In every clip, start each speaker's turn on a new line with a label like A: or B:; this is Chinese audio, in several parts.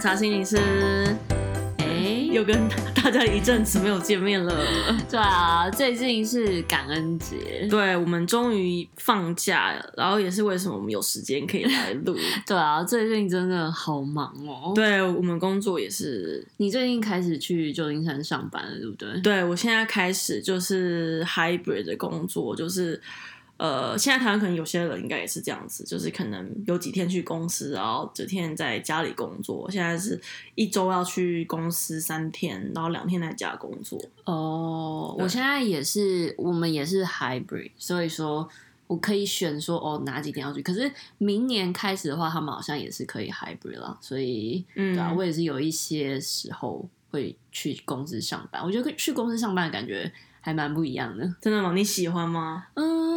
A: 茶心理师，
B: 哎、
A: 又跟大家一阵子没有见面了。
B: 对啊，最近是感恩节。
A: 对，我们终于放假了，然后也是为什么我们有时间可以来录。
B: 对啊，最近真的好忙哦。，
A: 对我们工作也是，
B: 你最近开始去旧金山上班了，对不对？
A: 对我现在开始就是 hybrid 的工作，就是呃，现在台湾可能有些人应该也是这样子，就是可能有几天去公司，然后几天在家里工作。现在是一周要去公司三天，然后两天在家工作。
B: 哦、
A: 对
B: 我现在也是，我们也是 hybrid，所以说我可以选说哦哪几天要去。可是明年开始的话，他们好像也是可以 hybrid 啦，所以
A: 嗯
B: 对啊，我也是有一些时候会去公司上班。我觉得去公司上班的感觉还蛮不一样的。
A: 真的吗？你喜欢吗？
B: 嗯，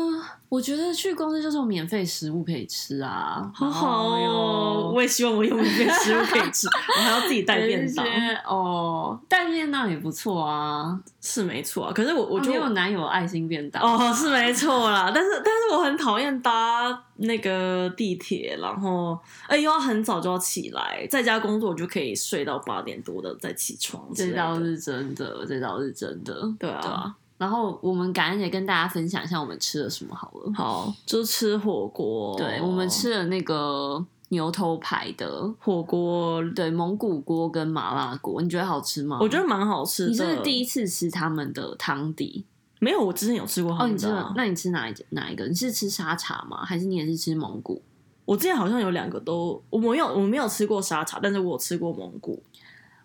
B: 我觉得去公司就是有免费食物可以吃啊，
A: 好好
B: 然
A: 哦
B: 后，有
A: 我也希望我有免费食物可以吃，我还要自己带便当
B: 有，一些哦，带便当也不错啊。
A: 是没错啊。可是我我
B: 我
A: 觉
B: 觉
A: 得
B: 得
A: 我
B: 我男友爱心便当
A: 哦，是没错啦，但是但是我很讨厌搭那个地铁，然后哎、又要很早就要起来，在家工作我就可以睡到八点多的再起床之
B: 这
A: 类的，
B: 倒是真的，这倒是真的，
A: 对啊
B: 对啊。然后我们感恩节跟大家分享一下我们吃了什么好了。
A: 好，就吃火锅，
B: 对，我们吃了那个牛头牌的，
A: 哦火锅，
B: 对，蒙古锅跟麻辣锅，你觉得好吃吗？
A: 我觉得蛮好吃的。
B: 你是不是第一次吃他们的汤底？
A: 没有，我之前有吃过
B: 哦，
A: 他们
B: 你吃
A: 的啊、
B: 了？那你吃哪一家哪一个？你是吃沙茶吗？还是你也是吃蒙古？
A: 我之前好像有两个都，我没有我没有吃过沙茶，但是我有吃过蒙古。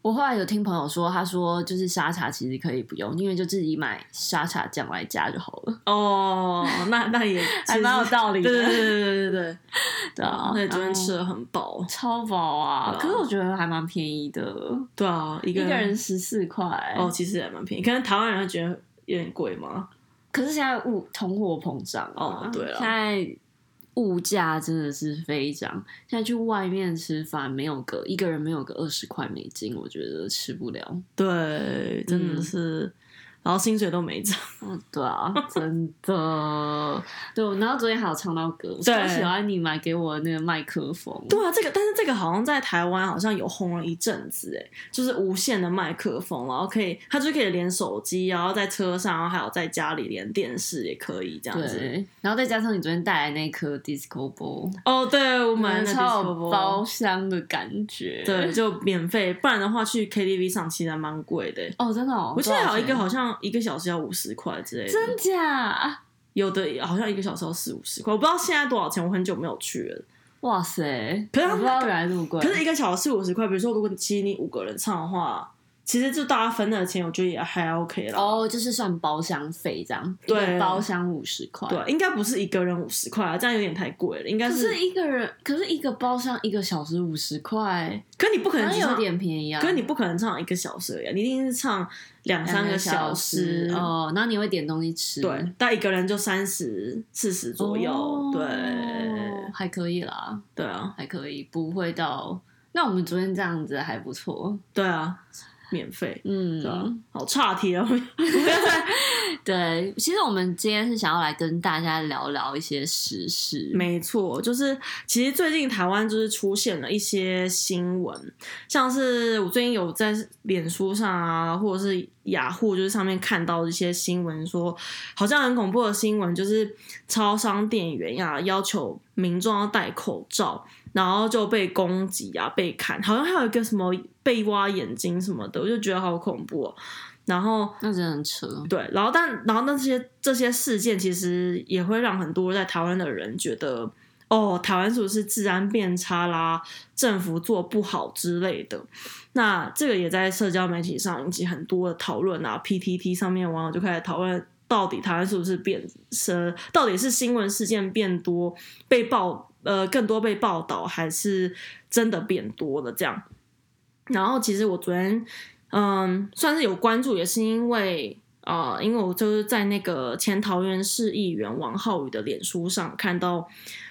B: 我后来有听朋友说，他说就是沙茶其实可以不用，因为就自己买沙茶酱来加就好 了。
A: 哦，那那 也
B: 还蛮有道理的
A: 对对对对对 对
B: 对啊
A: 而且昨天
B: 然后
A: 吃的很饱。
B: 超饱啊
A: 对啊
B: 可是我觉得还蛮便宜的，
A: 对啊，一
B: 一
A: 个
B: 个人十四块。
A: 哦，，其实也蛮便宜，可能台湾人会觉得有点贵嘛。
B: 可是现在物通货膨胀啊
A: 哦对啊
B: 现在物价真的是飞涨。现在去外面吃饭，没有个一个人没有个二十块美金，我觉得吃不了。
A: 对，真的是，然后薪水都没涨。
B: 嗯，对啊，真的，对，然后昨天还有唱到歌，我
A: 对
B: 超喜欢你买给我的那个麦克风，
A: 对啊，这个但是这个好像在台湾好像有红了一阵子，哎，就是无线的麦克风，然后可以，它就可以连手机，然后在车上，然后还有在家里连电视也可以这样子。
B: 对，然后再加上你昨天带来那颗 disco ball，
A: 哦，对，我买了
B: 嗯
A: 那
B: 超
A: Discovo
B: 有包厢的感觉，
A: 对，， 就免费，不然的话去 KTV 上其实还蛮贵的。哎
B: 哦，真的、哦，
A: 我记得
B: 多
A: 还
B: 少
A: 有一个
B: 钱，
A: 好像一个小时要五十块之类的，
B: 真假？
A: 有的好像一个小时要四五十块，我不知道现在多少钱，我很久没有去了。
B: 哇塞，
A: 可是它
B: 我不知道原来这么贵，
A: 可是一个小时四五十块，比如说如果其实你五个人唱的话，其实就大家分的钱，我觉得也还 OK 啦。
B: 哦，就是算包厢费这样，
A: 对
B: 一个包厢五十块，
A: 对，应该不是一个人五十块啊，这样有点太贵了。应该
B: 可
A: 是，
B: 是一个人，可是一个包厢一个小时五十块，
A: 可你不可
B: 好
A: 能
B: 像
A: 只
B: 有
A: 唱，
B: 点便宜啊，
A: 可是你不可能唱一个小时而已啊、你一定是唱两三
B: 个
A: 小
B: 时哦，然后你会点东西吃，
A: 对，但一个人就三十四十左右。
B: 哦
A: 对，
B: 还可以啦，
A: 对啊，
B: 还可以，不会到。那我们昨天这样子还不错，
A: 对啊，免费。对啊
B: 嗯，，
A: 好差题啊！不要再
B: 对。其实我们今天是想要来跟大家聊聊一些时事，
A: 没错，就是其实最近台湾就是出现了一些新闻，像是我最近有在脸书上啊，或者是雅虎就是上面看到一些新闻说，好像很恐怖的新闻，就是超商店员呀、要求民众要戴口罩，然后就被攻击啊，被砍，好像还有一个什么被挖眼睛什么的，我就觉得好恐怖、哦。然后
B: 那真的很扯。
A: 对，然后但然后那些这些事件，其实也会让很多在台湾的人觉得，哦，台湾是不是治安变差啦，政府做不好之类的。那这个也在社交媒体上引起很多的讨论啊，PTT 上面网友就开始讨论。到底台湾是不是变是到底是新闻事件变多，被报呃更多被报道，还是真的变多了这样？然后其实我昨天嗯算是有关注，也是因为呃，因为我就是在那个前桃园市议员王浩宇的脸书上看到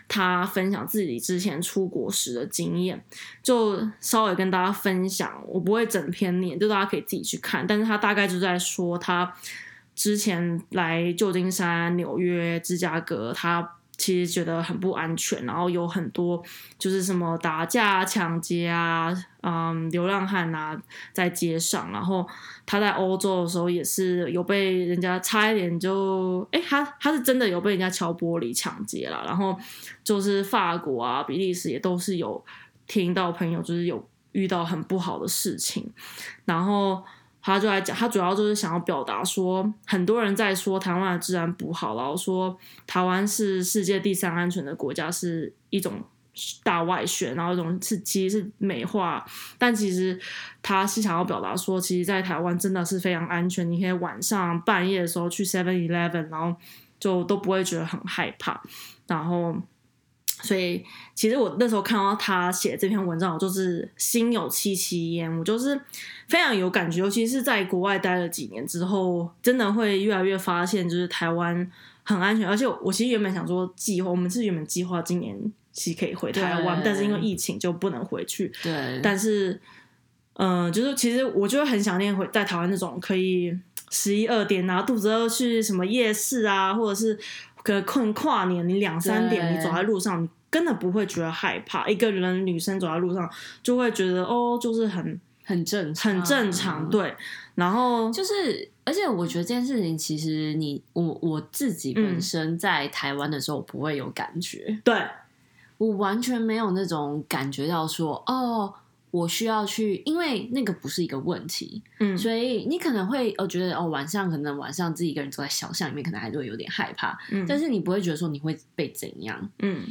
A: 他分享自己之前出国时的经验，就稍微跟大家分享。我不会整篇念，就大家可以自己去看。但是他大概就在说他之前来旧金山、纽约、芝加哥，他。其实觉得很不安全，然后有很多就是什么打架啊、抢劫啊、嗯，流浪汉啊，在街上。然后他在欧洲的时候也是有被人家差一点就，哎，他他是真的有被人家敲玻璃抢劫啦。然后就是法国啊、比利时也都是有听到朋友就是有遇到很不好的事情，然后。他就来讲，他主要就是想要表达说，很多人在说台湾的治安不好，然后说台湾是世界第三安全的国家，是一种大外宣，然后一种是其实是美化，但其实他是想要表达说，其实，在台湾真的是非常安全，你可以晚上半夜的时候去 Seven Eleven，然后就都不会觉得很害怕，然后。所以，其实我那时候看到他写这篇文章，我就是心有戚戚焉，我就是非常有感觉。尤其是在国外待了几年之后，真的会越来越发现，就是台湾很安全。而且我其实原本想说计划，我们是原本计划今年其实可以回台湾，
B: 对
A: 但是因为疫情就不能回去。
B: 对，
A: 但是，嗯、就是其实我就会很想念回在台湾那种可以十一二点啊，肚子饿去什么夜市啊，或者是可能困跨年，你两三点
B: 对
A: 你走在路上，你根本不会觉得害怕。一个人女生走在路上就会觉得哦，就是很
B: 很正常，
A: 很正常，。对。然后
B: 嗯就是，而且我觉得这件事情，其实你我我自己本
A: 嗯
B: 身在台湾的时候我不会有感觉，
A: 对
B: 我完全没有那种感觉到说哦，我需要去，因为那个不是一个问题，
A: 嗯
B: 所以你可能会哦觉得哦晚上可能晚上自己一个人坐在小巷里面，可能还是会有点害怕，
A: 嗯
B: 但是你不会觉得说你会被怎样，
A: 嗯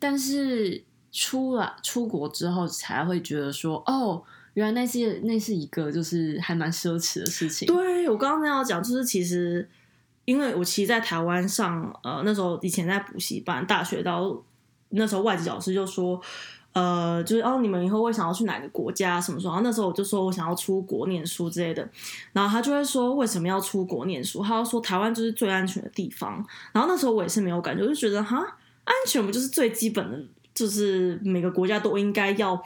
B: 但是出了出国之后才会觉得说哦，原来那是那是一个就是还蛮奢侈的事情，
A: 对我刚刚那样讲，就是其实因为我其实在台湾上，呃，那时候以前在补习班，大学到那时候外籍老师就说。呃，就是哦，你们以后会想要去哪个国家，啊什么时候？然后那时候我就说我想要出国念书之类的，然后他就会说为什么要出国念书？他就说台湾就是最安全的地方。然后那时候我也是没有感觉，我就觉得哈，安全不就是最基本的，就是每个国家都应该要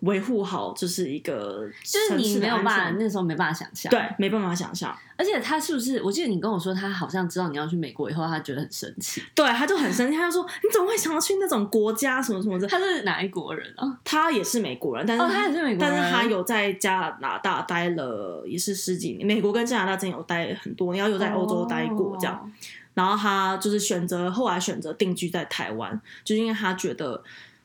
A: 维护好，就是一个
B: 就是
A: 城
B: 你
A: 市的
B: 没有办
A: 安全
B: 法那时候没办法想象，
A: 对，没办法想象。
B: 而且他是不是？我记得你跟我说，他好像知道你要去美国以后，他觉得很生气。
A: 对，他就很生气，他就说：“你怎么会想要去那种国家什么什么的
B: 他是哪一国人啊？？”
A: 他也是美国人，但是、
B: 哦他也是美国人
A: 但是他有在加拿大待了也是十几年，美国跟加拿大真有待很多，然后有在欧洲待过这样。
B: 哦
A: 然后他就是选择后来选择定居在台湾，就是因为他觉得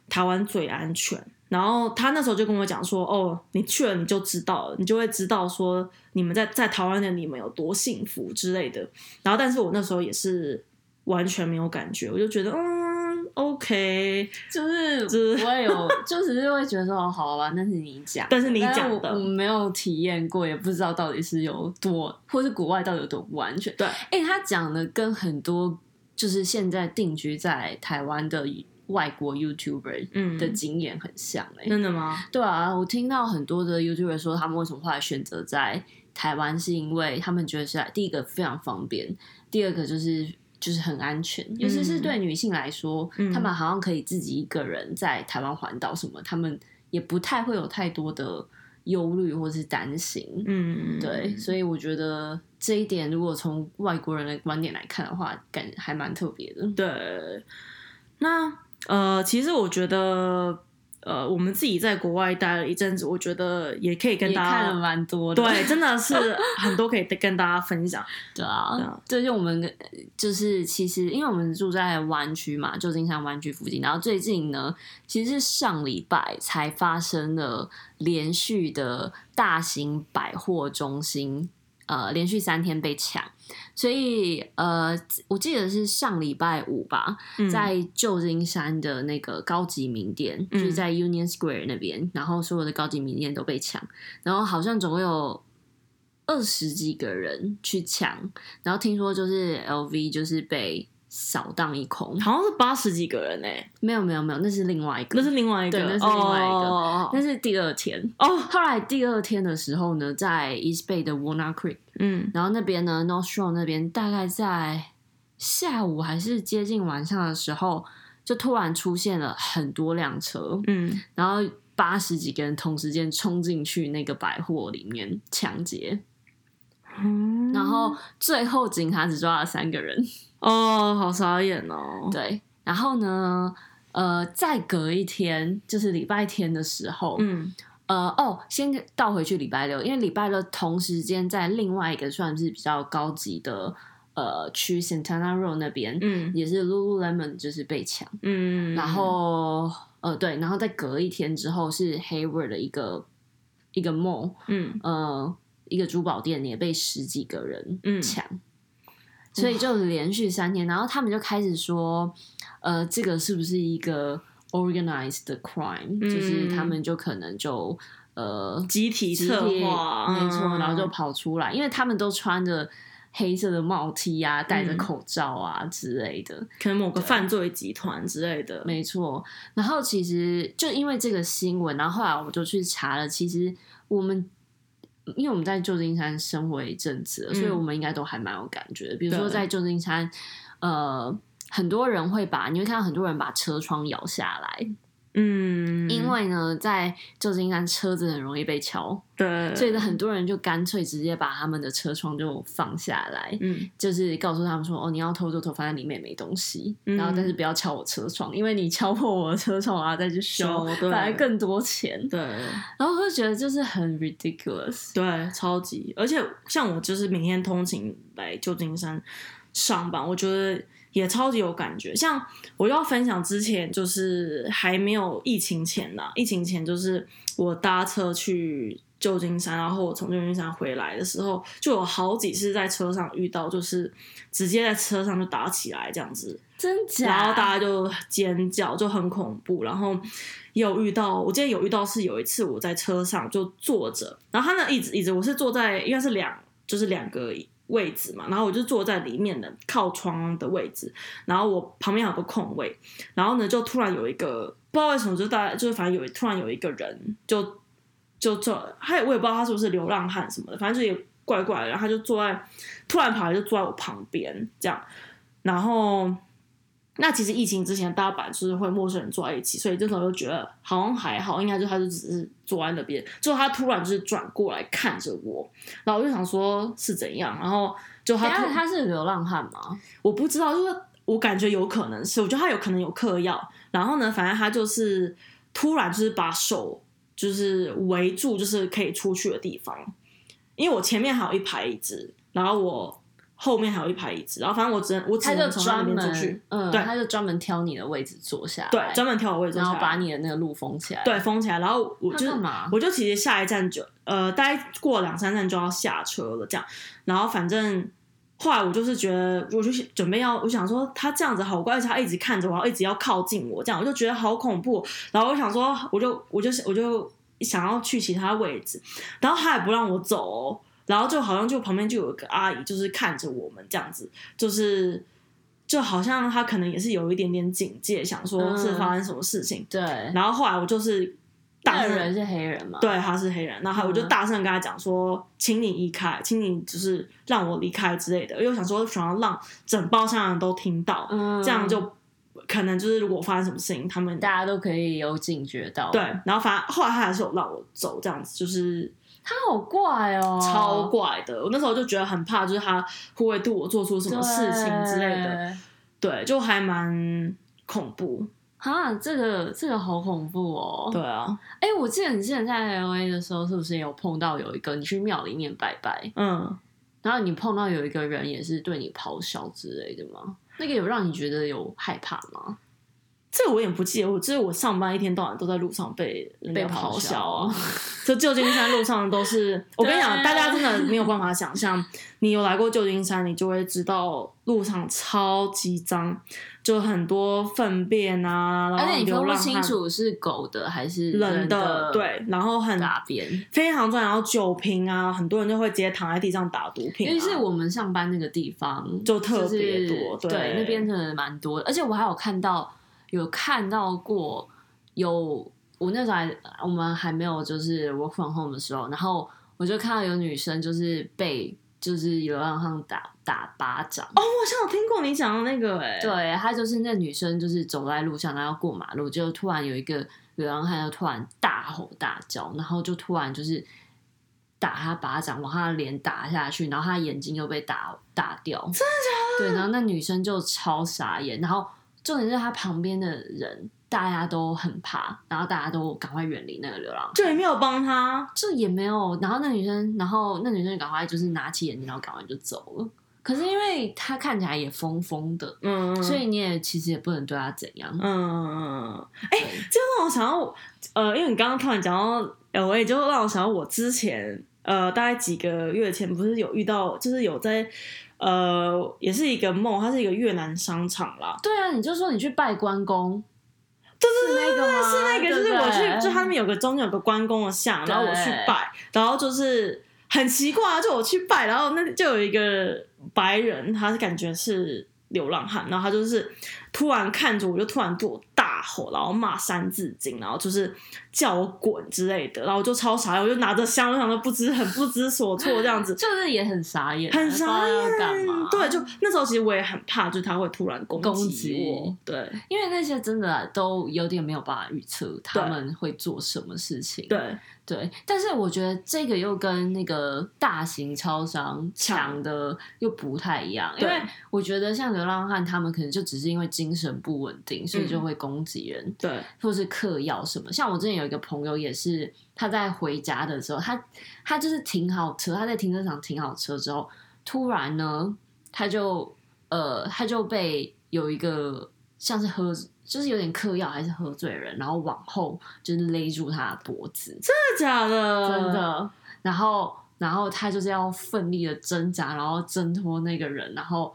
A: 台湾最安全。然后他那时候就跟我讲说：“哦，你去了你就知道了，你就会知道说你们在在台湾的你们有多幸福之类的。”然后，但是我那时候也是完全没有感觉，我就觉得嗯，OK，
B: 就是
A: 就是
B: 不会有，就只是会觉得说，哦，好吧，那是你讲，
A: 但是你讲的
B: 但我我没有体验过，也不知道到底是有多，或是国外到底有多不安全。
A: 对，
B: 哎、他讲的跟很多就是现在定居在台湾的外国 YouTuber
A: 嗯
B: 的经验很像、欸，
A: 真的吗？
B: 对啊，我听到很多的 YouTuber 说，他们为什么后来选择在台湾，是因为他们觉得是第一个非常方便，第二个就是就是很安全，尤其是对女性来说，
A: 嗯
B: 她们好像可以自己一个人在台湾环岛什么，她们也不太会有太多的忧虑或是担心。
A: 嗯，
B: 对，所以我觉得这一点，如果从外国人的观点来看的话，感还蛮特别的。
A: 对，那呃，其实我觉得，呃，我们自己在国外待了一阵子，我觉得也可以跟
B: 也
A: 大
B: 看了
A: 家。
B: 蛮多的，
A: 对，真 的是很多可以跟大家分享。
B: 对啊，
A: 对啊
B: 这就我们呃就是其实因为我们住在湾区嘛，旧金山湾区附近，然后最近呢，其实是上礼拜才发生了连续的大型百货中心。呃，连续三天被抢，所以呃，我记得是上礼拜五吧，
A: 嗯
B: 在旧金山的那个高级名店，
A: 嗯
B: 就是在 Union Square 那边，然后所有的高级名店都被抢，然后好像总共有二十几个人去抢，然后听说就是 LV 就是被扫荡一空，
A: 好像是八十几个人诶、
B: 没有没有没有，那是另外一个，
A: 那是另外一个，
B: 对那是另外一个
A: 哦
B: 那是第二天。
A: 哦，
B: 后来第二天的时候呢，在 East Bay 的 Warner Creek，
A: 嗯
B: 然后那边呢，North Shore 那边大概在下午还是接近晚上的时候，就突然出现了很多辆车，
A: 嗯，
B: 然后八十几个人同时间冲进去那个百货里面抢劫，
A: 嗯
B: 然后最后警察只抓了三个人，
A: 哦，好傻眼哦，
B: 对。然后呢，呃，再隔一天就是礼拜天的时候，
A: 嗯
B: 呃，哦，先倒回去礼拜六，因为礼拜六同时间在另外一个算是比较高级的呃区 Santana Row 那边，
A: 嗯
B: 也是 Lululemon 就是被抢，
A: 嗯，
B: 然后呃对，然后再隔一天之后是 Hayward 的一个一个 mall，
A: 嗯
B: 呃，一个珠宝店也被十几个人
A: 嗯
B: 抢，所以就连续三天，然后他们就开始说，呃，这个是不是一个 organized crime？、就是他们就可能就呃
A: 集体
B: 集
A: 嗯策
B: 体
A: 划，
B: 没错，
A: 嗯
B: 然后就跑出来，因为他们都穿着。黑色的帽 T 啊，戴着
A: 嗯
B: 口罩啊之类的，
A: 可能某个犯罪集团之类的，
B: 没错，然后其实就因为这个新闻，然后后来我就去查了，其实我们。因为我们在旧金山生活一阵子了，
A: 嗯
B: 所以我们应该都还蛮有感觉的。比如说
A: 对
B: 在旧金山，呃，很多人会把你会看到很多人把车窗摇下来，
A: 嗯，
B: 因为呢，在旧金山车子很容易被敲，
A: 对，
B: 所以呢，很多人就干脆直接把他们的车窗就放下来，
A: 嗯
B: 就是告诉他们说，哦，你要偷就偷，反正里面也没东西，
A: 嗯
B: 然后但是不要敲我车窗，因为你敲破我的车窗，然后再去修，
A: 修对
B: 反而更多钱。
A: 对
B: 然后我就觉得就是很 ridiculous。
A: 对，超级，而且像我就是每天通勤来旧金山上班，我觉得也超级有感觉。像我要分享之前，就是还没有疫情前呢、疫情前就是我搭车去。旧金山，然后我从旧金山回来的时候，就有好几次在车上遇到，就是直接在车上就打起来这样子，
B: 真假？
A: 然后大家就尖叫，就很恐怖。然后也有遇到，我记得有遇到是有一次我在车上就坐着，然后他那椅子椅子我是坐在应该是两就是两个位置嘛，然后我就坐在里面的靠窗的位置，然后我旁边还有个空位，然后呢就突然有一个不知道为什么就大家就是反正有突然有一个人就就坐，他也我也不知道他是不是流浪汉什么的，反正就也怪怪的，然后他就坐在突然跑来就坐在我旁边这样，然后。那其实疫情之前，大家本来就是会陌生人坐在一起，所以这时候就觉得好像还好，应该就他就只是坐在那边，就他突然就是转过来看着我，然后我就想说是怎样，然后就
B: 等
A: 他
B: 一
A: 突
B: 下他是流浪汉吗？
A: 我不知道，就是我感觉有可能是，我觉得他有可能有嗑药，然后呢，反正他就是突然就是把手就是围住，就是可以出去的地方，因为我前面还有一排椅子，然后我后面还有一排椅子，然后反正我只能我只
B: 他就
A: 能从那
B: 专
A: 边出去
B: 门，，嗯，
A: 对
B: 他就专门挑你的位置坐下来，
A: 对，专门挑我位置
B: 然
A: 下
B: 后
A: 来，
B: 把你的那个路封起来。
A: 对，封起来，然后我
B: 他
A: 就
B: 干嘛
A: 我就其实下一站就呃，大概过两三站就要下车了，这样。然后反正后来我就是觉得，我就准备要，我想说他这样子好怪，而且他一直看着我，然后一直要靠近我，这样我就觉得好恐怖。然后我想说，我就我就我就想要去其他位置，然后他也不让我走哦、然后就好像就旁边就有一个阿姨，就是看着我们这样子，就是就好像她可能也是有一点点警戒，想说是
B: 嗯
A: 发生什么事情，
B: 对，
A: 然后后来我就是大
B: 那
A: 声，
B: 人是嗯黑人吗？
A: 对，他是黑人，然后我就大声跟他讲说，请你移开，请你就是让我离开之类的，因为我想说想要让整包厢的人都听到，
B: 嗯，
A: 这样就可能就是如果发生什么事情，他们
B: 大家都可以有警觉到。
A: 对，，然后反正后来他还是有让我走，这样子就是
B: 他好怪哦，
A: 超怪的，我那时候就觉得很怕，就是他会不会对我做出什么事情之类的，
B: 对。
A: 对，就还蛮恐怖，
B: 啊，这个这个好恐怖哦！
A: 对，啊，
B: 哎、我记得你之前在 L A 的时候，是不是也有碰到有一个你去庙里面拜拜，
A: 嗯。
B: 然后你碰到有一个人也是对你咆哮之类的吗？那个有让你觉得有害怕吗？
A: 这个我也不记得，我就是我上班一天到晚都在路上被人家
B: 被咆哮
A: 咆哮啊，就旧金山路上 都是，我跟你讲，
B: 对啊
A: 大家真的没有办法想象，你有来过旧金山，你就会知道路上超级脏，就很多粪便啊，然
B: 而且
A: 后
B: 你
A: 流
B: 分不
A: 浪
B: 清
A: 汉、
B: 楚是狗的还是
A: 人
B: 的，啊
A: 的，对，然后很
B: 大便。
A: 非常脏，然后酒瓶啊，很多人就会直接躺在地上打毒品、啊，
B: 因为是我们上班那个地方
A: 就特别多
B: 就是
A: 对
B: 那边真的蛮多的，而且我还有看到有看到过有我那时候还我们还没有就是 work from home 的时候，然后我就看到有女生就是被就是流浪汉打打巴掌，
A: 哦，我好像有听过你讲的那个、欸，
B: 对，她就是那女生就是走在路上，然后要过马路，就突然有一个流浪汉就突然大吼大叫，然后就突然就是。打她巴掌，往她的脸打下去，然后她眼睛又被打打掉。对，然后那女生就超傻眼，然后重点是他旁边的人大家都很怕，然后大家都赶快远离那个流浪。
A: 就也没有帮他，
B: 这也没有，然后那女生，然后那女生赶快就是拿起眼镜，然后赶快就走了。可是因为她看起来也疯疯的，
A: 嗯，
B: 所以你也其实也不能对她怎样。
A: 嗯，哎、
B: 对
A: 这就让我想到我，呃，因为你刚刚突然讲到 L A，就让我想到我之前，呃，大概几个月前不是有遇到，就是有在，呃，也是一个梦，它是一个越南商场啦，
B: 对啊，你就说你去拜关公，
A: 对啊
B: 是那个吗？
A: 是那个，就是
B: 对不
A: 我
B: 啊对
A: 去，就他们有个中间有个关公的像，然后我去
B: 对
A: 拜，然后就是很奇怪啊，就我去拜，然后那就有一个白人，他是感觉是流浪汉，然后他就是突然看着我，就突然对我大吼，然后骂三字经，然后就是叫我滚之类的，然后我就超傻眼，我就拿着香，我想说不知很不知所措这 样子，
B: 就是也很傻眼，啊
A: 很傻
B: 不知道要干
A: 眼
B: 嘛？。
A: 对，就那时候其实我也很怕，就是他会突然攻
B: 攻
A: 击
B: 击
A: 我，对
B: 因为那些真的都有点没有办法预测他
A: 对
B: 们会做什么事情。
A: 对，
B: 对，但是我觉得这个又跟那个大型超商抢的又不太一样，因
A: 对
B: 为我觉得像流浪汉他们可能就只是因为精神不稳定，所以就
A: 嗯
B: 会攻击人。
A: 对，
B: 或是嗑药什么。像我之前有一个朋友也是，他在回家的时候，他他就是停好车，他在停车场停好车之后，突然呢，他就呃，他就被有一个像是喝。就是有点嗑药还是喝醉人，然后往后就是勒住他的脖子，
A: 真的假的？
B: 真的。然后，然后他就是要奋力的挣扎，然后挣脱那个人，然后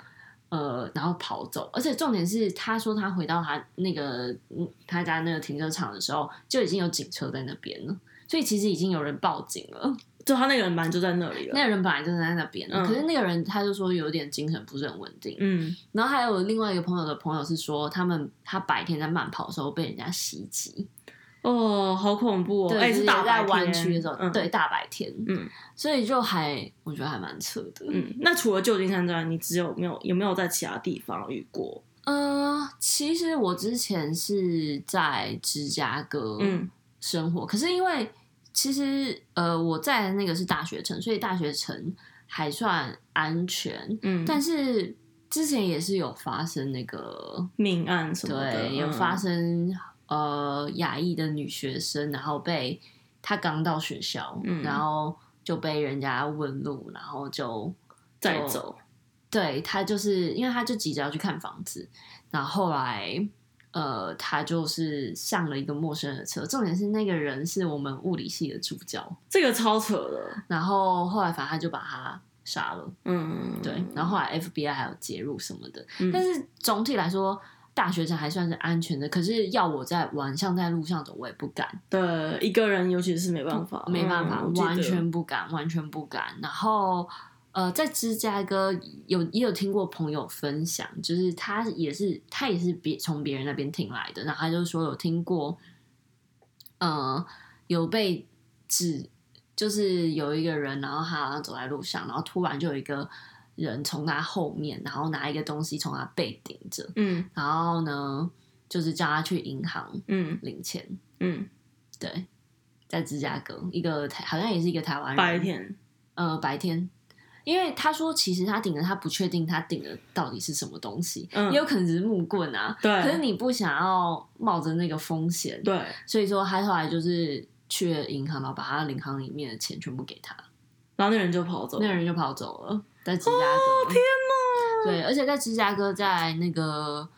B: 呃，然后跑走。而且重点是，他说他回到他那个嗯他家那个停车场的时候，就已经有警车在那边了。所以其实已经有人报警了，
A: 就他那个人本来就在那里了。
B: 那个人本来就在那边了，
A: 嗯
B: 可是那个人他就说有点精神不是很稳定。
A: 嗯，
B: 然后还有另外一个朋友的朋友是说，他们他白天在慢跑的时候被人家袭击，
A: 哦，好恐怖哦！
B: 对，
A: 哎、
B: 就是是
A: 大
B: 在
A: 白
B: 湾
A: 天
B: 区的时候，
A: 嗯、
B: 对，，大白天，
A: 嗯
B: 所以就还我觉得还蛮扯的。
A: 嗯。那除了旧金山之外，你只有没有有没有在其他地方遇过？
B: 呃，其实我之前是在芝加哥
A: 嗯
B: 生活，可是因为其实呃我在的那个是大学城，所以大学城还算安全，
A: 嗯，
B: 但是之前也是有发生那个
A: 命案什么的，
B: 对，有
A: 嗯
B: 发生呃亚裔的女学生，然后被她刚到学校，
A: 嗯
B: 然后就被人家问路，然后就
A: 再
B: 就
A: 走，
B: 对她就是因为她就急着要去看房子，然后后来呃她就是上了一个陌生人的车，重点是那个人是我们物理系的助教，
A: 这个超扯的。
B: 然后后来反正她就把他杀了，
A: 嗯，
B: 对，然后后来 FBI 还有介入什么的，
A: 嗯
B: 但是总体来说，大学生还算是安全的。可是要我在晚上在路上走，我也不敢，
A: 对一个人，尤其是没办法，
B: 没办法，
A: 嗯我记得
B: 完全不敢，完全不敢。然后呃，在芝加哥有也有听过朋友分享，就是他也是他也是别从别人那边听来的，然后他就说有听过，呃，有被指。就是有一个人，然后他好像走在路上，然后突然就有一个人从他后面，然后拿一个东西从他背顶着，
A: 嗯
B: 然后呢，就是叫他去银行
A: 嗯
B: 领钱。
A: 嗯，
B: 对，在芝加哥，一个台好像也是一个台湾人，
A: 白天
B: 呃白天，因为他说其实他顶着他不确定他顶的到底是什么东西，
A: 嗯
B: 也有可能只是木棍啊。
A: 对
B: 可是你不想要冒着那个风险，
A: 对，
B: 所以说他后来就是去了银行，然后把他银行里面的钱全部给他，
A: 然后那人就跑走
B: 那
A: 了。
B: 人就跑走了，在芝加
A: 哦
B: 哥。天哪！对，而且在芝加哥，在那个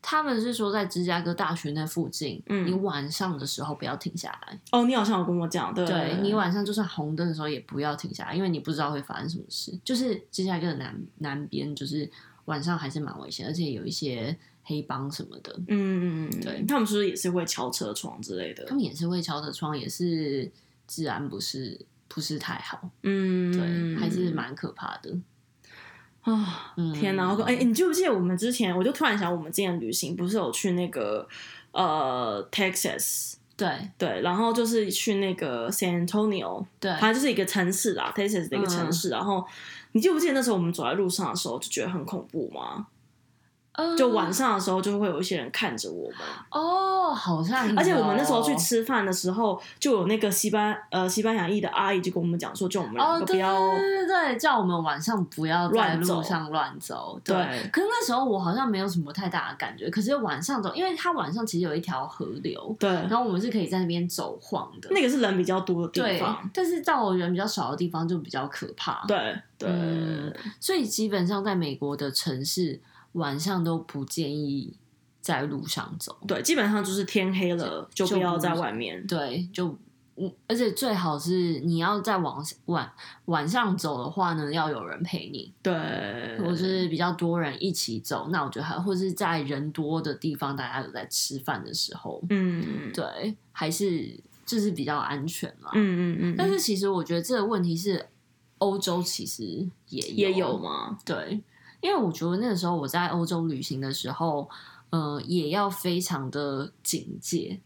B: 他们是说，在芝加哥大学那附近，
A: 嗯
B: 你晚上的时候不要停下来。
A: 哦，你好像有跟我讲，对
B: 对你晚上就算红灯的时候也不要停下来，因为你不知道会发生什么事。就是芝加哥的南南边，就是晚上还是蛮危险，而且有一些黑帮什么的，
A: 嗯嗯嗯，
B: 对
A: 他们是不是也是会敲车窗之类的
B: 他？们也是会敲着窗，也是治安不是不是太好，
A: 嗯，
B: 对，还是蛮可怕的。
A: 啊、
B: 嗯
A: 天哪！我说哎、你记不记得我们之前？我就突然想，我们之前旅行不是有去那个呃 Texas
B: 对
A: 对，然后就是去那个 San Antonio，
B: 对，嗯
A: 它就是一个城市啦，Texas 的一个城市。然后你记不记得那时候我们走在路上的时候就觉得很恐怖吗？
B: 嗯
A: 就晚上的时候就会有一些人看着我们，
B: 哦，好像有，
A: 而且我们那时候去吃饭的时候，就有那个西班呃西班牙裔的阿姨就跟我们讲说，就我们两
B: 哦，
A: 个不
B: 对
A: 要、
B: 对对对，叫我们晚上不要在
A: 乱走
B: 路上乱走。对，
A: 对
B: 可是那时候我好像没有什么太大的感觉，可是晚上走，因为它晚上其实有一条河流，
A: 对，
B: 然后我们是可以在那边走晃的。
A: 那个是人比较多的地
B: 对
A: 方，，
B: 但是到人比较少的地方就比较可怕。，
A: 对对、
B: 嗯所以基本上在美国的城市晚上都不建议在路上走。
A: 对，基本上就是天黑了就
B: 就
A: 不要
B: 不
A: 在外面。
B: 对，就嗯，而且最好是你要在晚晚晚上走的话呢，要有人陪你，
A: 对，嗯
B: 或者是比较多人一起走。那我觉得还或是在人多的地方，大家有在吃饭的时候，
A: 嗯嗯
B: 对，还是就是比较安全啦。
A: 嗯嗯，
B: 但是其实我觉得这个问题是欧洲其实也有
A: 也有吗？
B: 对，因为我觉得那个时候我在欧洲旅行的时候，呃，也要非常的警戒。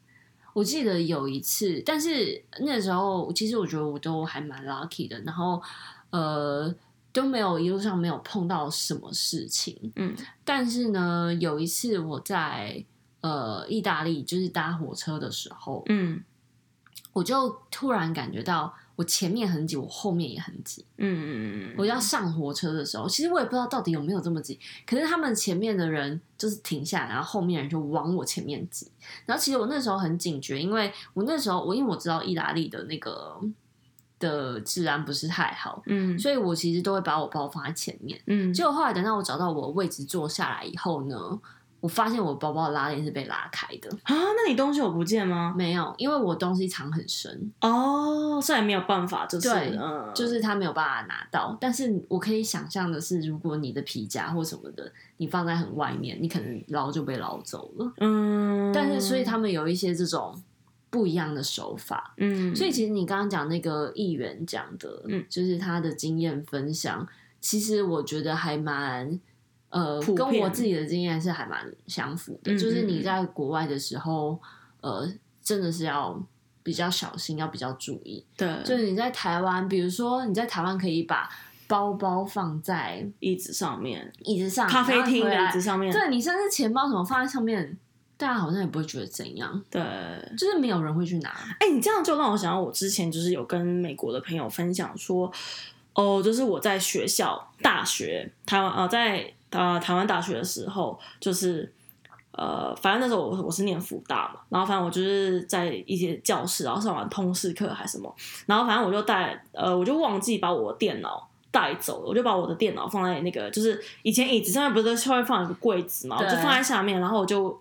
B: 我记得有一次，但是那时候其实我觉得我都还蛮 lucky 的，然后呃都没有一路上没有碰到什么事情。
A: 嗯
B: 但是呢，有一次我在呃意大利就是搭火车的时候，
A: 嗯
B: 我就突然感觉到我前面很挤，我后面也很挤。
A: 嗯嗯嗯，
B: 我要上火车的时候，其实我也不知道到底有没有这么挤，可是他们前面的人就是停下来，然后后面的人就往我前面挤。然后其实我那时候很警觉，因为我那时候我因为我知道意大利的那个的治安不是太好，
A: 嗯
B: 所以我其实都会把我包放在前面。
A: 嗯
B: 结果后来等到我找到我的位置坐下来以后呢，我发现我包包的拉链是被拉开的，
A: 啊，那你东西有不见吗？
B: 没有，因为我东西藏很深，
A: 哦，虽然没有办法，就是
B: 对
A: 嗯，
B: 就是他没有办法拿到，但是我可以想象的是，如果你的皮夹或什么的，你放在很外面，你可能捞就被捞走了。
A: 嗯，
B: 但是，所以他们有一些这种不一样的手法。
A: 嗯，
B: 所以，其实你刚刚讲那个议员讲的，
A: 嗯
B: 就是他的经验分享，其实我觉得还蛮。呃，
A: 普
B: 跟我
A: 遍
B: 自己的经验是还蛮相符的，
A: 嗯
B: 就是
A: 嗯嗯
B: 你在国外的时候，呃，真的是要比较小心，要比较注意。
A: 对，
B: 就是你在台湾，比如说你在台湾可以把包包放在
A: 椅子上面，
B: 椅子上，
A: 咖啡厅的
B: 啊然
A: 椅
B: 后
A: 子
B: 你回
A: 上面，
B: 来，对你甚至钱包什么放在上面，大家好像也不会觉得怎样，
A: 对，哎、
B: 就是没有人会去拿。
A: 你这样就让我想到，我之前就是有跟美国的朋友分享说，哦，就是我在学校、大学、台湾呃，在呃台湾大学的时候，就是呃，反正那时候我我是念福大嘛，然后反正我就是在一些教室，然后上完通识课还是什么，然后反正我就带呃，我就忘记把我的电脑。带走了，我就把我的电脑放在那个，就是以前椅子上面不是都会放一个柜子嘛，我
B: 对
A: 就放在下面，然后我就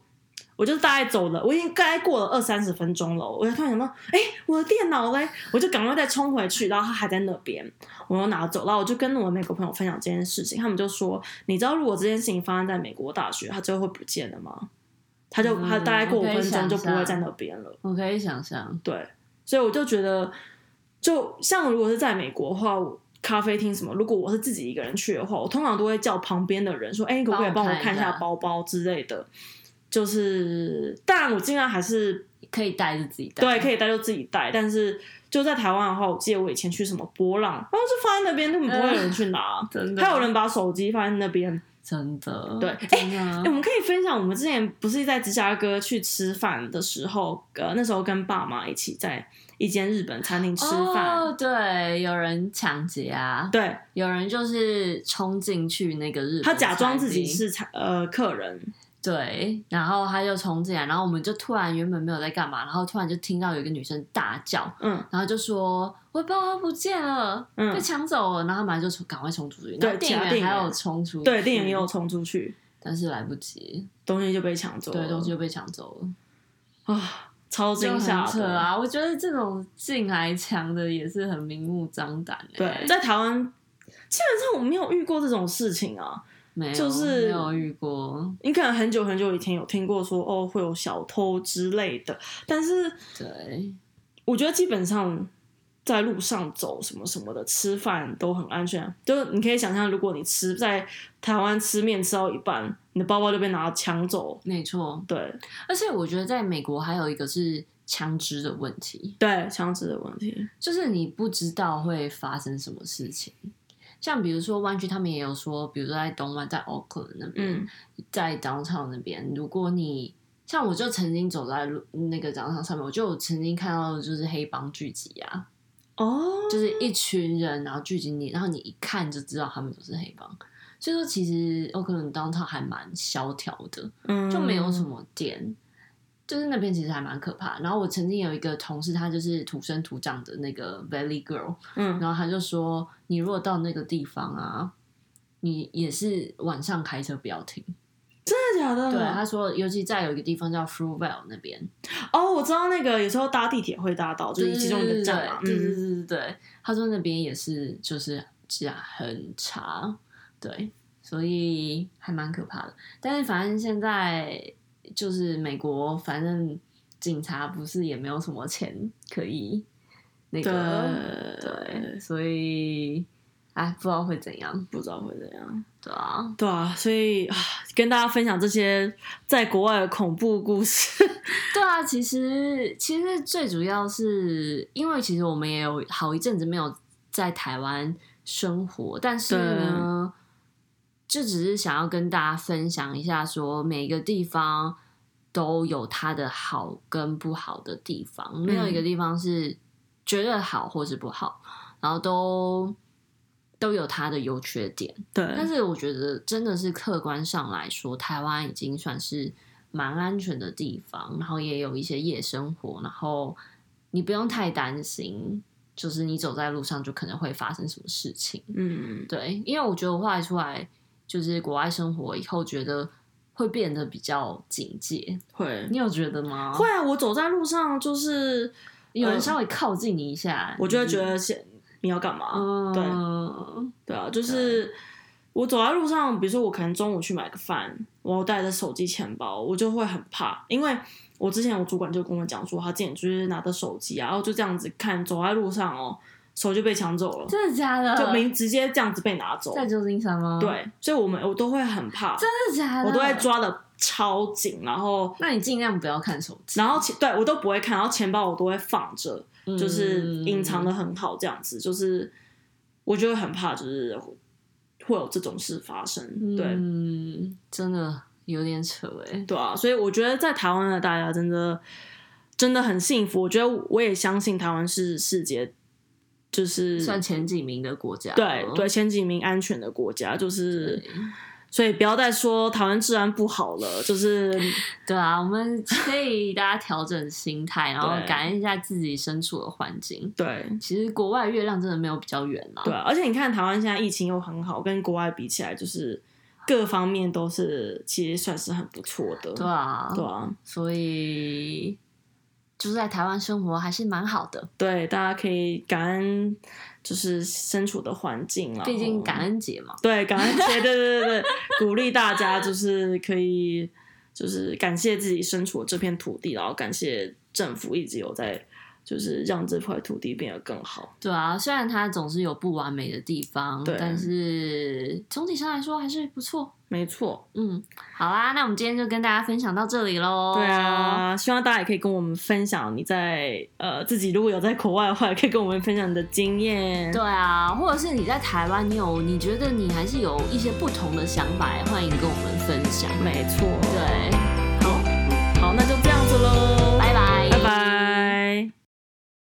A: 我就大概走了，我已经大概过了二三十分钟了，我就突然想到，哎、我的电脑嘞，我就赶快再冲回去，然后它还在那边，我又拿走，然后我就跟我美国朋友分享这件事情，他们就说，你知道如果这件事情发生在美国大学，它最后会不见了吗？他就
B: 嗯
A: 他大概过五分
B: 我可以想
A: 钟就不
B: 象
A: 会在那边了，
B: 我可以想象，
A: 对，所以我就觉得，就像如果是在美国的话，我咖啡厅什么，如果我是自己一个人去的话，我通常都会叫旁边的人说，哎、你可不可以
B: 帮
A: 帮
B: 我
A: 我
B: 看
A: 看
B: 一
A: 一
B: 下
A: 下包包之类的。就是，当然我尽量还是
B: 可以带着自己带。
A: 对，可以带就自己带，但是就在台湾的话，我记得我以前去什么波浪，然后就放在那边，根本不会有人去拿，
B: 嗯 真的啊嗯
A: 还有人把手机放在那边。
B: 真的，
A: 对
B: 真 的
A: 哎、我们可以分享，我们之前不是在芝加哥去吃饭的时候，呃，那时候跟爸妈一起在一间日本餐厅吃饭，
B: 哦，对，有人抢劫啊，
A: 对
B: 有人就是冲进去那个日本
A: 他假装
B: 餐
A: 自己
B: 厅
A: 是餐呃客人，
B: 对，然后他就冲进来，然后我们就突然原本没有在干嘛，然后突然就听到有一个女生大叫，
A: 嗯，
B: 然后就说我包包不见了，
A: 嗯
B: 被抢走了，然后他马上就冲赶快冲出去，
A: 对
B: 然后
A: 其他
B: 店
A: 店
B: 员
A: 员
B: 还有冲出去，
A: 对，店员也有，冲出去，
B: 但是来不及，
A: 东西就被抢走了，
B: 对，东西就被抢走了，
A: 啊，超
B: 就
A: 惊吓
B: 很扯
A: 的。
B: 啊！我觉得这种进来抢的也是很明目张胆、欸，
A: 对，，在台湾基本上我没有遇过这种事情啊，
B: 没有，
A: 就是
B: 没有遇过，
A: 你可能很久很久以前有听过说哦会有小偷之类的，但是
B: 对，
A: 我觉得基本上在路上走什么什么的，吃饭都很安全。就是你可以想象，如果你吃在台湾吃面吃到一半，你的包包就被拿抢走，
B: 没错，
A: 对
B: 而且我觉得在美国还有一个是枪支的问题，
A: 对，枪支的问题，
B: 就是你不知道会发生什么事情。像比如说湾区，他们也有说，比如说在东湾，在 Oakland 那边，
A: 嗯
B: 在 downtown 那边，如果你像我就曾经走在路那个 downtown 上面，我就有曾经看到就是黑帮聚集啊，
A: 哦，
B: 就是一群人然后聚集你，然后你一看就知道他们都是黑帮。所以说，其实 Oakland downtown 还蛮萧条的。
A: 嗯
B: 就没有什么店，就是那边其实还蛮可怕。然后我曾经有一个同事，他就是土生土长的那个 Valley Girl，
A: 嗯
B: 然后他就说，你如果到那个地方啊，你也是晚上开车不要停。
A: 真的假的？
B: 对，啊他说，尤其在有一个地方叫 Fruitvale 那边，
A: 哦，我知道那个有时候搭地铁会搭到，就是其中一个站嘛。
B: 对对对
A: 嗯，
B: 对对对，他说那边也是就是治安很差，对，所以还蛮可怕的。但是反正现在就是美国，反正警察不是也没有什么钱可以那
A: 嗯
B: 个，对，所以哎，不知道会怎样，
A: 不知道会怎样。
B: 对啊，
A: 对啊，所以啊跟大家分享这些在国外的恐怖故事。
B: 对啊，其实其实最主要是因为其实我们也有好一阵子没有在台湾生活，但是呢，就只是想要跟大家分享一下，说每个地方都有它的好跟不好的地方，没有一个地方是绝对好或是不好，然后都都有它的优缺点。
A: 对，
B: 但是我觉得真的是客观上来说，台湾已经算是蛮安全的地方，然后也有一些夜生活，然后你不用太担心，就是你走在路上就可能会发生什么事情。
A: 嗯，
B: 对，因为我觉得我后来出来就是国外生活以后，觉得会变得比较警戒。
A: 会
B: 你有觉得吗？
A: 会啊，我走在路上就是，
B: 有人稍微靠近你一下，
A: 我就会觉
B: 你
A: 得现你要干嘛？对
B: 嗯，
A: 对啊，就是我走在路上，比如说我可能中午去买个饭，我带着手机、钱包，我就会很怕，因为我之前我主管就跟我讲说，他之前就是拿着手机啊，然后就这样子看，走在路上哦，手就被抢走了，
B: 真的假的？
A: 就明直接这样子被拿走。
B: 在旧金山吗？，
A: 对，所以我们我都会很怕，
B: 真的假的？
A: 我都会抓的超紧，然后
B: 那你尽量不要看手机，
A: 然后钱对我都不会看，然后钱包我都会放着，
B: 嗯
A: 就是隐藏
B: 的。
A: 的很好，这样子就是我就会很怕，就是会有这种事发生，对
B: 嗯，真的有点扯哎。
A: 对啊，所以我觉得在台湾的大家真的真的很幸福，我觉得我也相信台湾是世界就是
B: 算前几名的国家哦了，
A: 对对前几名安全的国家，就是所以不要再说台湾治安不好了，就是
B: 对啊，我们可以大家调整心态，然后
A: 对
B: 感恩一下自己身处的环境。
A: 对。
B: 其实国外月亮真的没有比较圆啦，
A: 对啊，而且你看台湾现在疫情又很好，跟国外比起来，就是各方面都是其实算是很不错的。
B: 对啊，
A: 对啊，
B: 所以住在台湾生活还是蛮好的，
A: 对，大家可以感恩就是身处的环境啦。
B: 毕竟
A: 然后
B: 感恩节嘛。
A: 对感恩节，对对对对，鼓励大家就是可以就是感谢自己身处的这片土地，然后感谢政府一直有在就是让这块土地变得更好。
B: 对啊，虽然它总是有不完美的地方，
A: 对
B: 但是总体上来说还是不错。
A: 没错，
B: 嗯，好啦，那我们今天就跟大家分享到这里喽。
A: 对，
B: 哦
A: 啊，希望大家也可以跟我们分享你在呃自己如果有在国外的话，也可以跟我们分享你的经验。
B: 对啊，或者是你在台湾，你有你觉得你还是有一些不同的想法，欢迎跟我们分享。
A: 没错。
B: 对，
A: 好，好，那就这样子喽。